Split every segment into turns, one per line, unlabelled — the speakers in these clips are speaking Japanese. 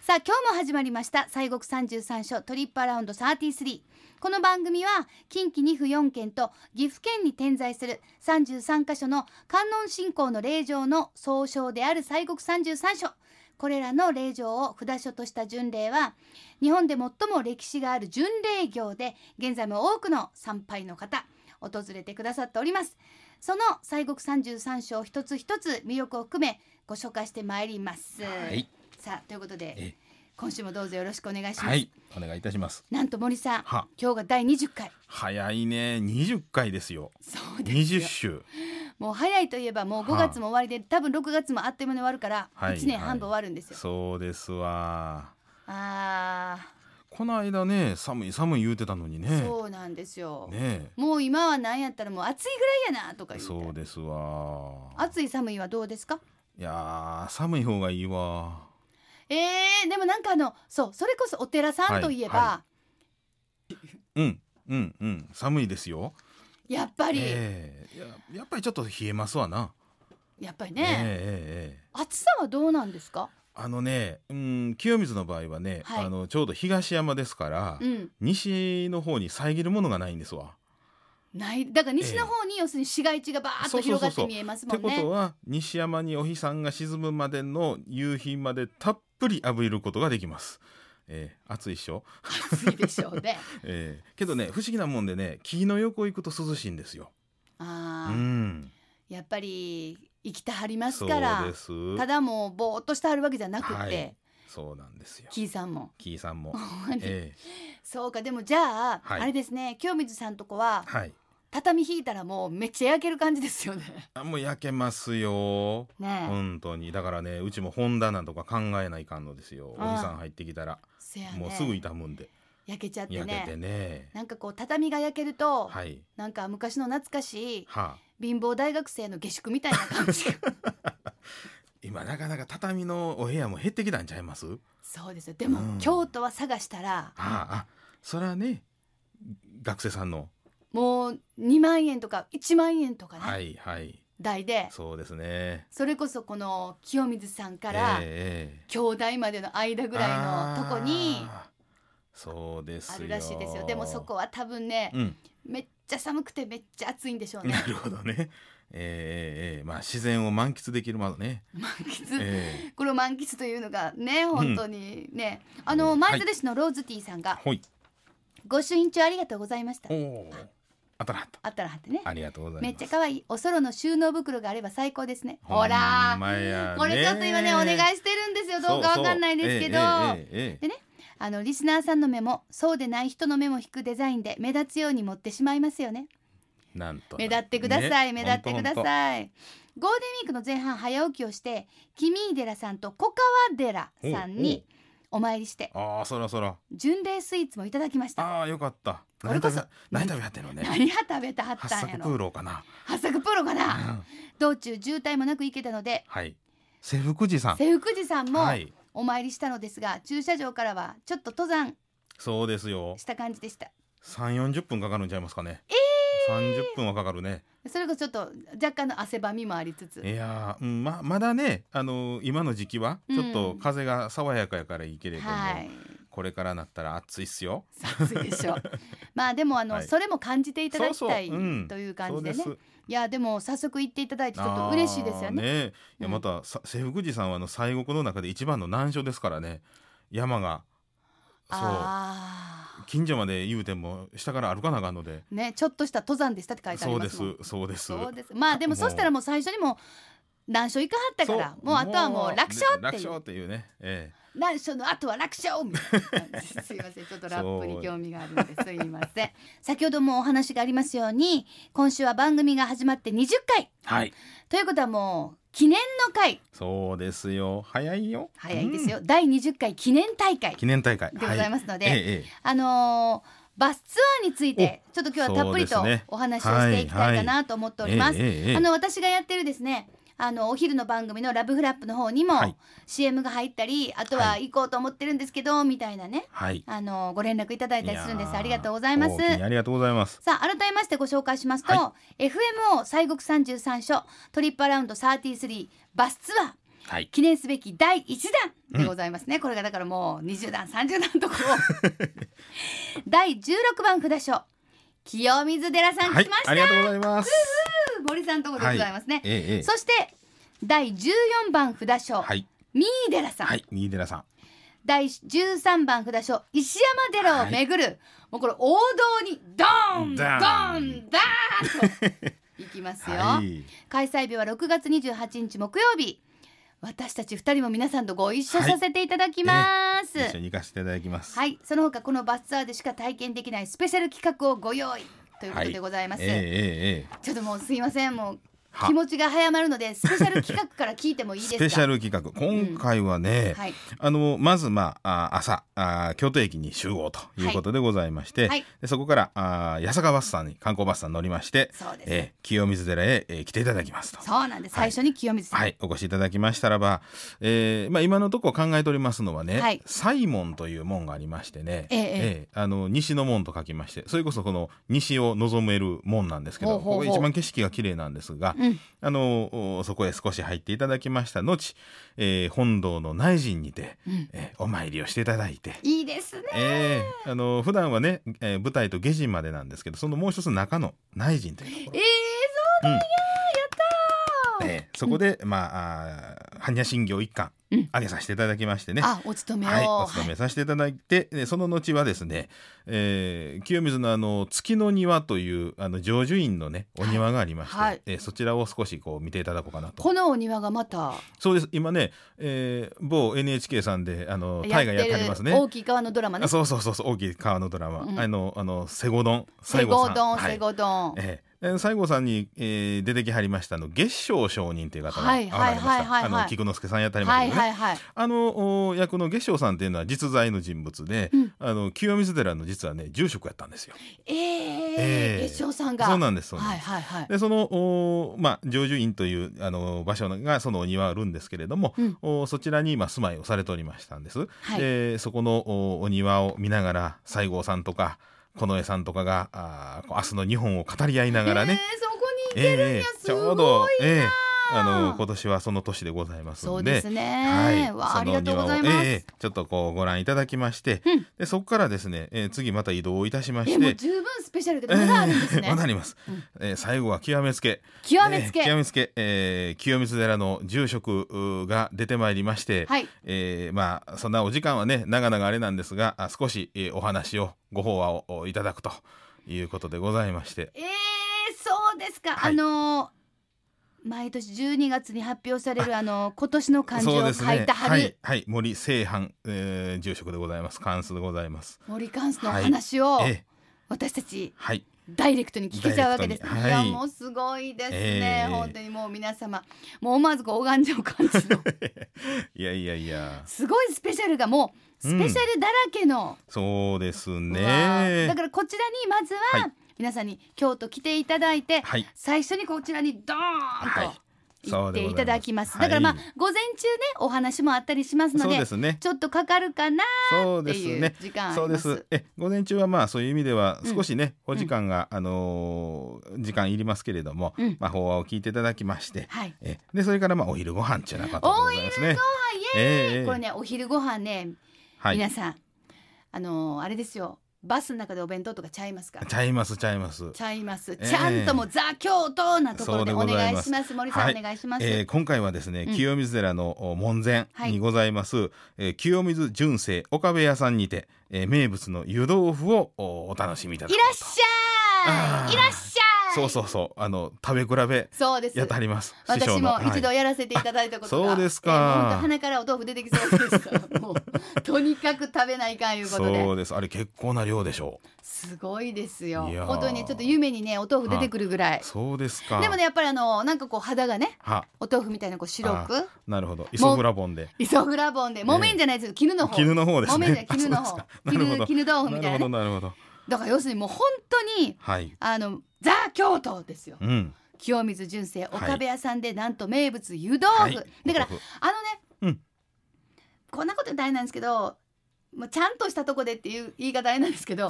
さあ今日も始まりました西国三十三所トリップアラウンド33この番組は近畿2府4県と岐阜県に点在する33カ所の観音信仰の霊場の総称である西国33所これらの霊場を札所とした巡礼は日本で最も歴史がある巡礼業で現在も多くの参拝の方訪れてくださっておりますその西国33所を一つ一つ魅力を含めご紹介してまいります、
はい、
さあということで
え
今週もどうぞよろしくお願いします、
はい、お願いいたします。
なんと森さん
は
今日が第20回
早いね、20回ですよ。
そうです
20
よ
週。
もう早いといえばもう5
はあ
月も終わりで、多分6月もあっという間に終わるから
はい
1年半分終わるんですよ、
そうですわ。
あ
この間ね、寒い寒い言うてたのに
あ
ね。
そうなんですよ、
ね
もう今はなんやったらもう暑いぐらいやなとか
え、
言
そう
って
ですわ。
暑い寒いはどうですか
いやー、寒い方がいいわ。
えー、でもなんかあのそうそれこそお寺さんといえば、
はいうん、うん、うん、寒いですよ。
やっぱり、
ええややっぱりちょっと冷えますわな。
やっぱり
ええ
ね、
ええええ
暑さはどうなんですか
あのね、うん、清水の場合はね、
はい
あのちょうど東山ですから、
うん
西の方に遮るものがないんですわ。
ないだから西の方に要するに市街地がバーッと広がって見えます
っ
も
て
ん
こ
ね
とは西山にお日さんが沈むまでの夕日までたっぷり浴びることができます。えー、暑いっしょ、
暑いでしょう ね
えー、けどね不思議なもんでね木の横行くと涼しいんですよ。う
ああ、
ん、
やっぱり生きてはります
そう
か
で
ら
す。
ただもうぼーっとしてはるわけじゃなくて、
はいそうなんですよ。
キーさんも
キーさ んも、えー、
そうかでもじゃあ、
はい
あれですね清水さんとこは
はい。
畳引いたらもうめっちゃ焼ける感じですよね
あもう焼けますよ。
ねえ、
本当にだからねうちも本棚とか考えないかんのですよ。お
ああ
日さん入ってきたら
せやね
もうすぐ傷むんで
焼けちゃって
焼け
ね
てね。
なんかこう畳が焼けると、
はい。
なんか昔の懐かしい
はあ。
貧乏大学生の下宿みたいな感じが
今なかなか畳のお部屋も減ってきたんちゃいます
そうですよでも、
うん
京都は探したら
あああそれはね学生さんの
もう2万円とか1万円とかね、
はいはい
代で
そうですね
それこそこの清水さんから、
ええええ
兄弟までの間ぐらいのとこに
ああそうですよ
あるらしいですよでもそこは多分ね、
うん
めっちゃ寒くてめっちゃ暑いんでしょうね
なるほどねええええええまあ自然を満喫できるまでね、
満喫、
ええ
これを満喫というのがね本当にね、あ
う
の
ん
舞鶴市のローズティーさんが、
ほい
ご朱印帳ありがとうございました
おおあったなあった
あったら貼ってね
ありがとうございます
めっちゃ可愛いおソロの収納袋があれば最高ですねほ
ん
ら
まやね
これちょっと今ねお願いしてるんですよどうかわかんないですけど
そうそうええええええ
であのリスナーさんの目もそうでない人の目も引くデザインで目立つように持ってしまいますよね
なんと
目立ってください、
ね
目立ってくだ
ほんとほんと
さいゴールデンウィークの前半早起きをして君井寺さんと小川寺さんにお参りして
ああそらそら
巡礼スイーツもいただきました
ああよかった。
これこそ
何食べ何食べやってんのね。
何が食べたはっ
八
たんや
作プー
ろ
ローかな。
八作プロか
う
なん道中渋滞もなく行けたので
はい。セフクジさん。
瀬福寺さんも
はい。
お参りしたのですが駐車場からはちょっと登山
そうですよ。
した感じでした
三四十分かかるんちゃいますかね。三十分はかかるね。
それこそちょっと若干の汗ばみもありつつ
いやー、うん、ままだね、あのー今の時期は
うん
ちょっと風が爽やかやからいいけれども、
はい
これからなったら暑いっすよ。
暑いで しょうまあでもあの、
はい
それも感じていただきたい
そうそううん
という感
そ
じで
うで
ね
す。
いやでも早速行っていただいてちょっ
あ
と
ー
嬉しいですよね
ねいや
うん
また、さセフクジさんはあの西国の中で一番の難所ですからね。山が。そう。
ああ
近所まで言うても下から歩かなあかんので。
ねちょっとした登山でしたって書いてあ
そ
り
う
ま
です
もん
すそうです
そうですまあでも
もう
そしたらもう最初にもう難所行かはったから
そ
もうあとはもう楽勝って
楽
い
勝
う
っていうね、え
難所のあとは楽勝みたいな感じすいませんちょっとラップに興味があるのですいません先ほどもお話がありますように今週は番組が始まって20回
えはい
ということはもう記念の回
そうですよ早いよ
早いですよ、
うん
第20回記念大会
記念大会
でございますすので、
はい、ええ
あのーバスツアーについてちょっと今日はたっぷりと
そうですね
お話をしていきたいかなと思っております。
ええええええ
あの私がやってるですねあのお昼の番組の「ラブフラップ」の方にも
はい
CM が入ったりあとは
は
行こうと思ってるんですけどみたいなね
はい
あのご連絡いただいたりするんですありがとうございます
大。きにありがとうございます
さあ改めましてご紹介しますと、
は
FMO 西国33所トリップアラウンド33バスツアー
はい。
記念すべき第1弾でございますね、これがだからもう20段30段のところ 第16番札所清水寺さん
は
来
い
まし。た、
ありがとうございます。
森さんとこでございますね、
ええええ。
そして第14番札所、
はい。
三井寺さん、
はい。新寺さん。
第13番札所石山寺を巡る、もうこれ王道にドーンド
ド
ー
ー
ン
ン
ダーンといきますよ、
はい。
開催日は6月28日木曜日私たち2人も皆さんとご一緒
はい
させていただきます、はい
一緒に行かせていただきます。
その他このバスツアーでしか体験できないスペシャル企画をご用意ということでございます、
ええええええ。
ちょっともうすいませんもう
は
気持ちが早まるの でスペシャル企画から聞いてもいいですか
スペシャル企画今回はね、
はい
あのまず、まあ、あ朝あ京都駅に集合ということでございまして、
はい
でそこからあ八坂バスさんに観光バスさんに乗りまして、
そうです、
えー清水寺へ、えー来ていただきますと。
そうなんです
は
最
い
初に清水さん、
はい、お越しいただきましたらば、えーまあ、今のところ考えておりますのはね、
はい
サイモンという門がありましてね、
えええ
えあの西の門と書きましてそれこそこの西を望める門なんですけ
ほ
ど
うほうほう
ここ一番景色が綺麗なんですが、
うん
あのおそこへ少し入っていただきました後、えー本堂の内陣にて、
うん
えーお参りをしていただいて。
いいですね
えーあの普段はね、えー舞台と下陣までなんですけどそのもう一つ中の内陣というところ
えー、
ええそこで、まあ、あー般若心経一巻、
うん
上げさせていただきましてね。
あお勤めを、
はい、お勤めさせていただいて、でその後はですね、えー清水のあの月の庭というあの常住院のねお庭がありまして、
はいはい
えーそちらを少しこう見ていただこうかなと
このお庭がまた
そうです今ね、えー某 NHK さんであの大河やってありますね
大きい川のドラマね
あそうそうそうそう大きい川のドラマ、
うん
あのあのセゴドン
セ
西郷
ゴ
さん
ドン、
はい
セゴドン。
ええ、で西郷さんに、えー出てきはりましたあの月照上人という方がおら
はい
れま
はい
し
はい
た
はいは
あ
い
の菊之助さんやったりも
は
す
い
るね、
はいはい。
あのお役の月照さんっていうのは実在の人物で、
うん
あの清水寺の実はね住職やったんですよ。
ええ、
ええ
月照さんが。
そうなんですそうなん
は
で
い
す
はいはい。
でそのおまあ常住院というあの場所がそのお庭あるんですけれども、
うん
おそちらにまあ住まいをされておりましたんです。
はい
でそこのおお庭を見ながら西郷さんとか近衛さんとかがあーこう明日の日本を語り合いながらね、
ええ、そこに。
ええ
すごいな
ええあの今年はその年でございます
そ
の
う
で
です
はい
ね。わあ、あ
そ
り
の
がとうございま
庭をええ
す
え。えちょっとこうご覧いただきまして、
うん
でそこからですね、えー次また移動いたしま
え
し
え、もう
て
十分スペシャルだけど、まだあるんです
えーま
ね
だ。あります、
うん
えー最後は極めつけ
極めつ
えー
け
極。めつけ、えー清水寺の住職うーが出てまいりまして、
はい。
えーまあそんなお時間はね長々あれなんですがあ少し、えーお話をご法話をおいただくということでございまして
ええ、そうですか。
は
あ
い
のー。毎年12月に発表されるあのー今年の漢字
そう
を
です
書い
ね
た
は
春
い、はい、森清範、えー住職でございます関数でございます
森貫の話を
ええ
私たち
はい
ダイレクトに聞けちゃうわけです。
ダイレクトに
い、や
はい
もうすごいですね、
ええ
本当にもう皆様もう思わずこう拝んじゃう感じの
いやいやいや
すごいスペシャルがもうスペシャルだらけの、
そうです
わあ
ね
だからこちらにまずは、
はい
皆さんに京都来ていただいて、
はい
最初にこちらにドー
はい
ンと行
そ
っ
うで
て
ございます
いただきます,、
は
だ
い
からまあ午前中ねお話もあったりしますの
そう
で
ですね
ちょっとかかるかな
そう
って
で
い
す
う
ね
時間あ
そう
り
で
ますす。
え午前中はまあそういう意味では
うん
少しね、お時間が、あのー時間いりますけれども、
うん
まあ法話を聞いていただきまして、
はい
えでそれからまあお昼ご飯っていうようなことでございますね
あ
ええええ
これねお昼ご飯ね
はい
皆さんあのーあれですよバスの中でお弁当とかちゃいますか
ちゃいますちゃいます
ちゃいます、
ええ
ちゃんともうザ京都なところでお
そうでござ
願
い
い
ま
し
す
ます森さん、
はい
お願いします、
えー今回はですね、
うん
清水寺のお門前
はい
にございます、えー清水純正岡部屋さんにて、えー名物の湯豆腐をおお楽しみいただ
い
く
らっしゃ
あ
い
ー
いらっしゃい
そうそうそうあの食べ比べ
そうです
やってはります師
私
匠
も
の
一度
はい
やらせていただいたことが、
あそうですか
えーもう本当鼻からお豆腐出てきそうです からもうとにかく食べないかんいうこと
そ
で
うですあれ結構な量でしょ
すごいですよ
いやー、
本当にねちょっと夢にねお豆腐出てくるぐらいう
そうですか
でもねやっぱりあのなんかこう肌がね
は
お豆腐みたいなこう白く
なるほどイソフラボンで
イソフラボンで木綿じゃないですよ絹の方
絹の方です
木綿じゃない
ね
絹の方
あそうですかなるほ
絹絹
ど
豆腐みた
なる
い
ほ
なね
どなるほど
だから要するにもう本当に
はい
あのザ京都ですよ
うん
清水純正
はい
岡部屋さんでなんと名物湯豆腐、
はい
だから
お豆腐
あのね、
うん
こんなこと言うとあれなんですけどもうちゃんとしたとこでっていう言い方あれなんですけ ど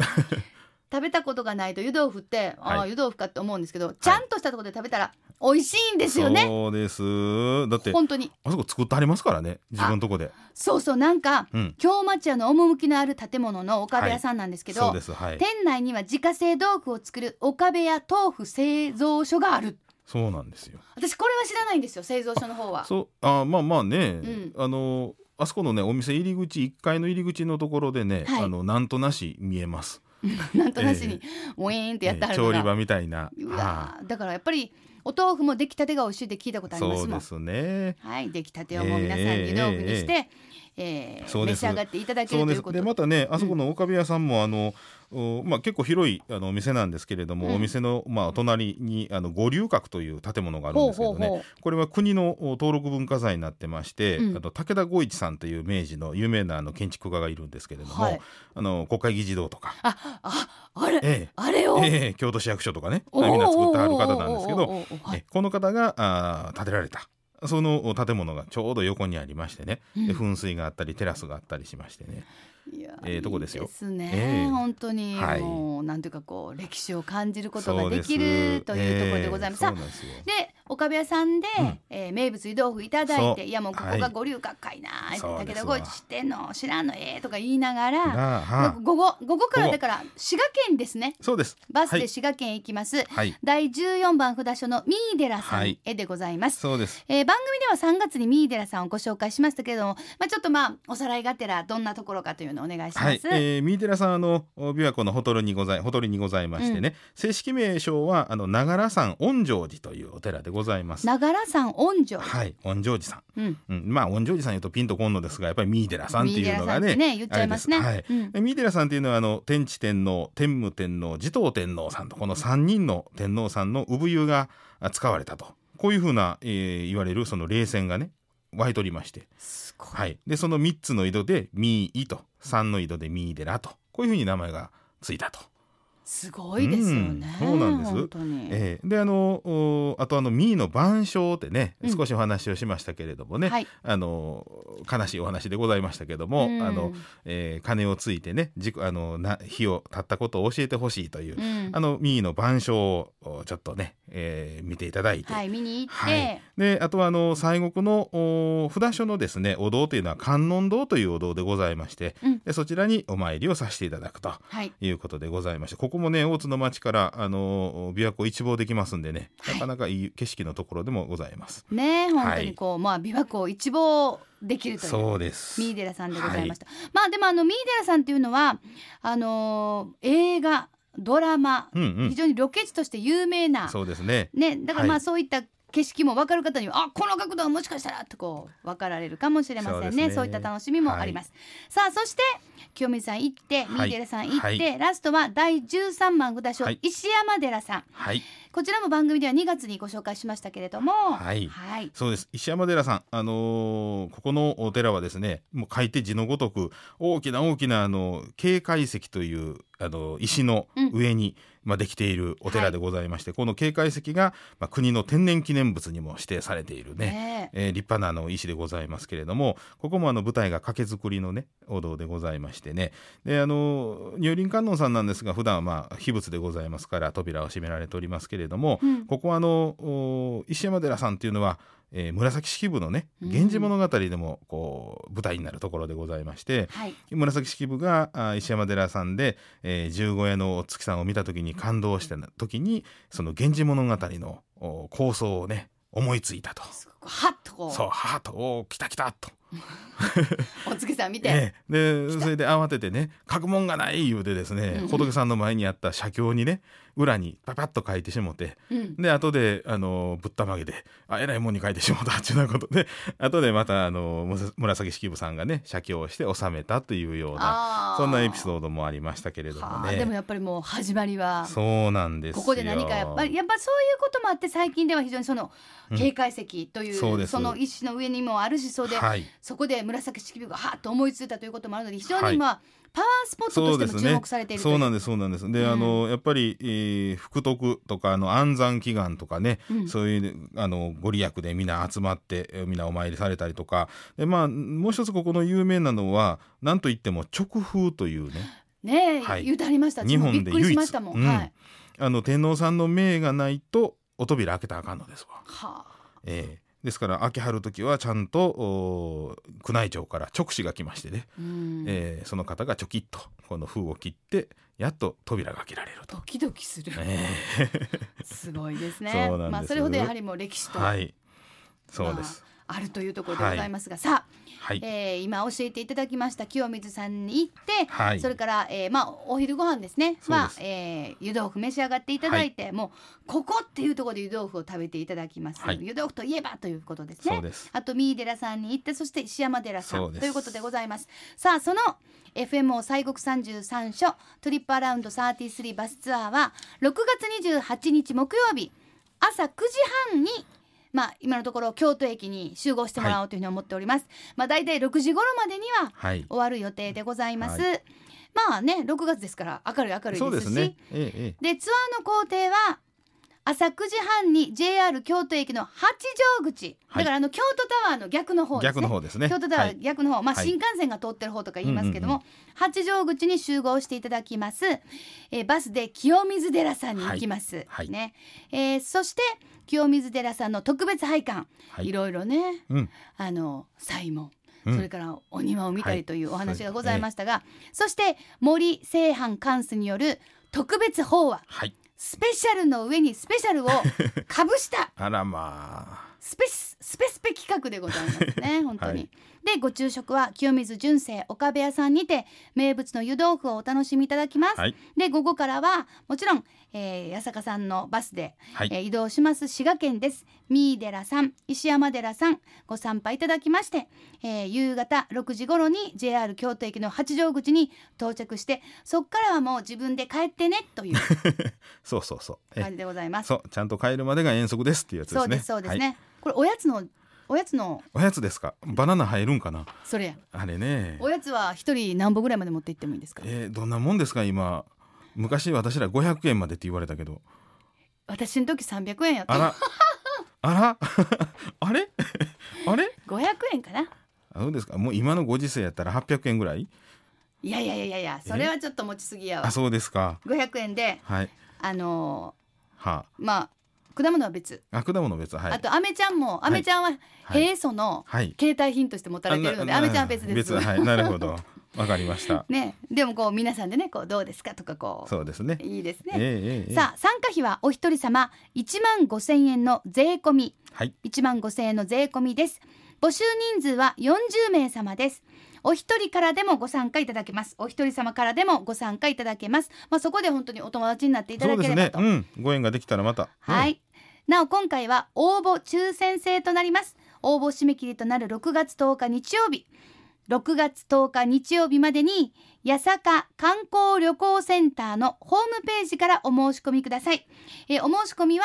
食べたことがないと湯豆腐って、ああ
はい
湯豆腐かって思うんですけどちゃんとしたとこで食べたら美味しいんですよね
そうです。だって、
本当に
あそこ作ってありますからね、自分のとこで。
そうそうなんか
うん。
京町屋の趣のある建物の岡部屋さんなんですけど、
そうです。はい。
店内には自家製豆腐を作る岡部屋豆腐製造所がある
そうなんですよ。
私これは知らないんですよ製造所の方は
そう、あー、まあまあね、
うん
あの。あそこのねお店入り口1階の入り口のところでね、
はい
あのなんとなし見えます、
なんとなしにウィーンってやっては
えー
るの
調
が、
理場みたいな
う
は
わーだからやっぱりお豆腐も出来たてが美味しいって聞いたこと
い
ありま
そ
す
う
も
で
ん
すね
はい出来たてをもう皆さん湯豆腐にして、えー
そう
召
で
し
す
上がっていただける
そ
と
う
い
で
う
す
こと
でまたねあそこの岡部屋さんもあの、おまあ、結構広いあのお店なんですけれども、
うん
お店の、まあ、お隣にあの五龍閣という建物があるん
ほう
ですけ
ほう
どね
ほ
これは国のお登録文化財になってまして、
うん
あの武田五一さんという明治の有名なあの建築家がいるんですけれ
う
ども、
はい
あの国会議事堂とか、
あああれ
え
あれを、
えええ京都市役所とかね
おー
みんな作ってはる方なんですけど、
おーおーおーおーはい
えこの方があー建てられたその建物がちょうど横にありましてね、
うん
で噴水があったりテラスがあったりしましてね。
いや
ええとこですよ
いいですね、
ええ
本当に、
はい
もうなんていうかこう歴史を感じること
そ
が
う
ですきるというところでございます。
え
さ
え
あ
そうなんですよ
で岡部屋さんで、
うん
えー名物湯豆腐いただいて
そう
いやもうここ
は
が
い
五龍学会な、
そう
だ
で
けど
す
ご
わ
い知ってんの知らんのええとか言いながら
がは
午後午後から
午後
だから滋賀県ですね
そうです。
バス
は
で
い
滋賀県行きます、
はい。
第14番札所の三井寺さ
は
ん
い
へでございます。
そうです。
えー番組では3月に三井寺さんをご紹介しましたけれども、まあ、ちょっとまあおさらいがてらどんなところかというのをお願いします。
はい、えー、三井寺さんあの琵琶湖のほとりにございほとりにございましてね、正式名称はあの長良山恩城寺というお寺でございます。
ながらさん恩情、
はい、恩城寺さん。
うん、
うん、まあ恩城寺さん言うとピンとこんのですが、やっぱり三井寺さんっていうのが
三井寺さんって
ね。
ね言っちゃいますね。
あれで
うん
で三井寺さんっていうのはあの天智天皇天武天皇持統天皇さんとこの3人の天皇さんの産湯があ使われたとこういうふうな、えー、言われるその冷戦がね湧いておりまして
すごい。
はい、でその3つの井戸で「みい」と3の井戸で「みいでら」とこういうふうに名前がついたと。
すごいですよね。
うんそうなんです
本当に。
ええであのおあとあの「みい」の晩鐘ってね
うん
少しお話をしましたけれどもね、
はい。
あの悲しいお話でございましたけども、
うん
あの、えー鐘をついてねじあのな火を絶ったことを教えてほしいという、
うん
あの「みい」の晩鐘をおちょっとね、えー見ていただいて、
はい、見に行っ
は
て
い。、であとはあの西国のお札所のですねお堂というのは観音堂というお堂でございまして、
うん
でそちらにお参りをさせていただくと
はい。
いうことでございましてここもね大津の町からあの琵琶湖一望できますんでね
はい
なかなかいい景色のところでもございます。
ねえ、本当にこう、まあ、琵琶湖を一望できるという。
そうです
三井寺さんでございました。まあ、でも、あの、三井寺さんっていうのは、あのー映画、ドラマ、
うんう
非
ん、
常にロケ地として有名な。
そうですね。
ね、だからま
は
あ
い
そういった景色も分かる方には、あこの角度はもしかしたらとこう分かられるかもしれませんね
そ
そう
うですね
いった楽しみもあります、さあそして清水さん行って
は
三
い
井寺さん行って、
はい
ラストは第13番札所、
はい
石山寺さん
はい
こちらも番組では2月にご紹介しましたけれども
はい
はい、
そうです石山寺さん、あのーここのお寺はですねもう書いて字のごとく大きな大きなあの警戒石というあの石の上に、まあ、できているお寺でございまして、この警戒石が、まあ、国の天然記念物にも指定されているね。
ねえ
えー立派なあの石でございますけれどもここもあの舞台が掛け作りのねお堂でございましてねであの如輪観音さんなんですが普段はまあ秘仏でございますから扉を閉められておりますけれども、
うん
ここはあのお石山寺さんっていうのは、えー紫式部のね「源氏物語」でもこう舞台になるところでございまして、
はい、
紫式部があ石山寺さんで、えー十五夜のお月さんを見た時に感動した時にその「源氏物語の」お構想をね思いついたと。
すごくはっとこう
そう母と「おー来た来た」と。
お月さん見て、
ええでそれで慌ててね「書くもんがない」言うてですね、
うん
仏さんの前にあった写経にね裏にパパッと書いてしもて
うん、
で後であのぶったまげで「あえらいもんに書いてしもた」っていうようなことで 後でまたあのむさ紫式部さんがね写経をして収めたというよう
あ
なそんなエピソ
ー
ードもありましたけれども
はあでも
ね。
やっぱりもう始まりは
そうなんですよ
ここで何かやっぱりやっぱそういうこともあって最近では非常にその
うん
警戒石という,、
そうです
の一種の上にもあるしそうで、
はい、
そこで紫式部がはっと思いついたということもあるので非常
は
に
い
今、パワースポットとしても注目されているとい
そううなんですそうなんですで、
うん
あのやっぱり、えー福徳とかあの安産祈願とかね、
うん
そういうあのご利益でみんな集まってえーみんなお参りされたりとかでまあもう一つここの有名なのはなんといっても直風というね
ねえ、
はい
言うてありました私
日
もび
本
っ
で
くり
唯
し
一
ましたもん、
うん
はい、
あの天皇さんの命がないとお扉開けたらあかんのですわ。
は
えーですから開けはる時はちゃんとお宮内庁から直視が来ましてね、
あ、うん
えーその方がチョキッとこの封を切ってやっと扉が開けられると。
ドキドキする、
え
すごいですね
そうなんです
まあ、それほどやはりもう歴史
ー
と
はいそうです、
あるというところでございますが、さあ、
はい、
えー今教えていただきました清水さんに行って、
はい
それから、えーまあ、お昼ご飯ですね
そう
ま
で
あ
す
えー、湯豆腐召し上がっていただいて、もうここっていうところで湯豆腐を食べていただきます、
はい
湯豆腐といえばということです
そ
ね
うです
あと三井寺さんに行ってそして石山寺さ
そ
ん
うです
ということでございますさあその FMO 西国33所トリップアラウンド33バスツアーは6月28日木曜日朝9時半にまあ今のところ京都駅に集合してもらおうというふうに思っております、まあ大体6時頃までには
はい
終わる予定でございます、
は
まあね6月ですから明るい明るいですし
そうですねえええ
でツアーの工程は朝9時半に JR 京都駅の八丈口、
は
だ
い
からあの京都タワーの逆の方
え
ですね
逆の方ですね
京都タワ
は
ー
い
逆の方、まあ、
はい
新幹線が通ってる方とか言いますけども、八丈口に集合していただきます、えーバスで清水寺さんに行きます、
はい
ねえーそして清水寺さんの特別拝観、、
はいい
ろいろね
うん
あの祭門
うん
それからお庭を見た
は
り
い
というお話がございましたが、そして森清範貫主による特別法話
はい
スペシャルの上にスペシャ ルをかぶした
あらま
スペススペスペ企画でございますね本当に。
はい
でご昼食は清水純正岡部屋さんにて名物の湯豆腐をお楽しみいただきます。
あはい
で午後からはもちろん、えー、八坂さんのバスで、
はい
えー移動します滋賀県です三井寺さん石山寺さんご参拝いただきまして、えー夕方6時頃に JR 京都駅の八丈口に到着してそっからはもう自分で帰ってねという
そうそうそうえ
感じでございます。
そうちゃんと帰るまでが遠足ですっていうやつで
そう
すね
ですそうです
は
ね、
い
これおやつのおやつの
おやつですかバナナ入るんかな
それや
あれね
おやつは一人何本ぐらいまで持って行ってもいいんですか
えーどんなもんですか今昔私ら500円までって言われたけど
私の時300円やっ
あ
た
らあら あれ あれ
500円かな
あどうですかもう今のご時世やったら800円ぐらい
いやいやいやいやそれはちょっと持ちすぎやわ
あそうですか
500円で
はい
あの
は
ーまあ果物は別、
ああ果物別はい
あとアメちゃんもアメちゃんは
はい
平素の
はい
携帯品として持たれているので、アメちゃんは別です
はいなるほどわかり ました
ねでもこう皆さんでねこうどうですかとかこう
そうですね
いいです
ええ
ね、
ええええ
さあ参加費はお一人様1万5000円の税込み
はい
1万5000円の税込みです募集人数は40名様ですお一人からでもご参加いただけますお一人様からでもご参加いただけますまあそこで本当にお友達になっていた
そ
だ
う
け
です
れば
ね
と、
うんご縁ができたらまた
は
うん
いなお今回は応募抽選制となります応募締め切りとなる6月10日日曜日6月10日日曜日までに八坂観光旅行センターのホームページからお申し込みください、えーお申し込みは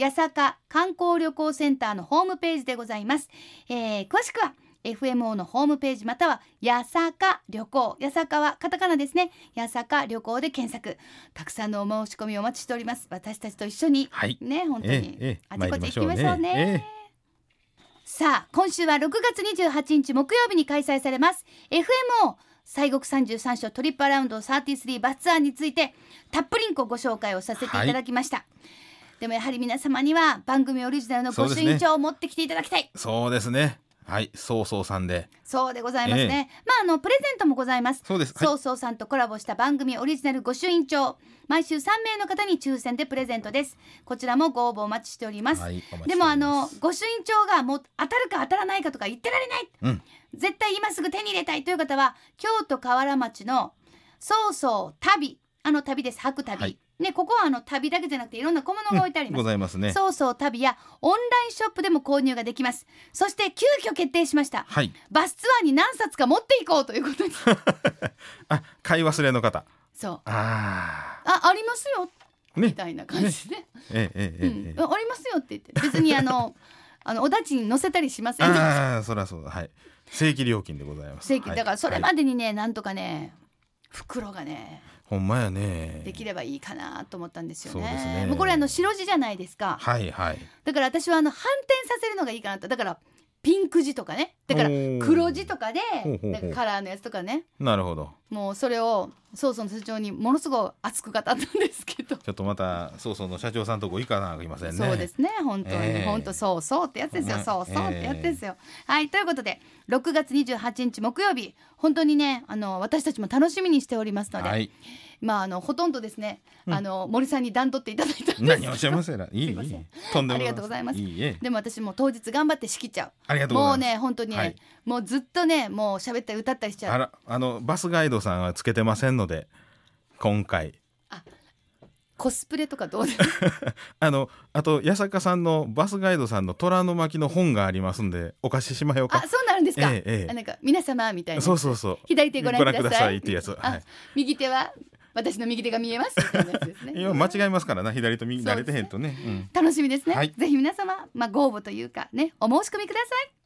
八坂観光旅行センターのホームページでございます、えー詳しくは FMO のホームページまたは八坂旅行八坂はカタカナですね八坂旅行で検索たくさんのお申し込みお待ちしております私たちと一緒に
はい
ね本当
え
に、
えええ
あちこち行きま
参
し
り
ょうね。
ええ
さあ今週は6月28日木曜日に開催されます FMO 西国33所トリップアラウンド33バスツアーについてたっぷりんこご紹介をさせていただきました、でもやはり皆様には番組オリジナルのご朱印帳を持ってきていただきたい
そうですねはいそうそうさんで
そうでございますね、まああのプレゼントもございます
そうですはい
そうそうさんとコラボした番組オリジナル御朱印帳毎週3名の方に抽選でプレゼントですこちらもご応募お待ちしております、
はいお待ちしております
でもあの御朱印帳がもう当たるか当たらないかとか言ってられない、
うん
絶対今すぐ手に入れたいという方は京都河原町のそうそう旅あの旅です白旅、
はい
ねここはあの旅だけじゃなくていろんな小物が置いてあります
ご、ざいますね
そうそう旅やオンラインショップでも購入ができますそして急遽決定しました
はい
バスツアーに何冊か持っていこうということ に
あ買い忘れの方
そう
あ
あありますよ
あね
みたいな感じで、ね
ええ
う
えええ
ん
え、
あありますよって言って別にあ のあのおだちに載せたりしません
ああそらそうだはい正規料金でございます
正規
はい
だからそれ
は
ま
い
でにね、なんとかね袋がね
ほんまやね
できればいいかなと思ったんですよ
そうです
ね。
ね
もうこれあの白地じゃないですか。
はいはい
だから私はあの反転させるのがいいかなと。だからピンク地とかね。だから
おー
黒地とかで
ほうほうほう
なんかカラーのやつとかね。
なるほど
もうそれを曹操の社長にものすごく熱く語ったんですけど、
ちょっとまた曹操の社長さんとこ行かなあきませんね。
そうですね本当に、
ええ
本当そうそうってやつですよ、
ほん
そ
ま
うそうってやつですよ、はいということで6月28日木曜日本当にねあの私たちも楽しみにしておりますので、
はい。
まああのほとんどですね、あの森さんに段取っていただいたんです
何をおっしゃいますやら。いいい
す
い
いません。
とんでも
ありがとうございます
いいえ。
でも私もう当日頑張って仕切っちゃう
ありがとうござ
も
いうます。
ね本当にね、
はい
もうずっとねもう喋ったり歌ったりしちゃ
あ
う
ら、あのバスガイドさんはつけてませんので、今回。
コスプレとかどう ですか
あの、あと、八坂さんのバスガイドさんの虎の巻の本がありますんで、お貸ししまよう
あ
か。
そうなるんですか、
ええええ
あなんか皆様みたいな
そうそうそう。
左手ご覧ください
ご覧くださいってやつ
あ
はい
右手は私の右手が見えますみたいなやつです ね
今間違えますからな、左と右
そう
慣
です
れ
ね
てへんとね。うん
楽しみですね、
はい
ぜひ皆様まあご応募というかねお申し込みください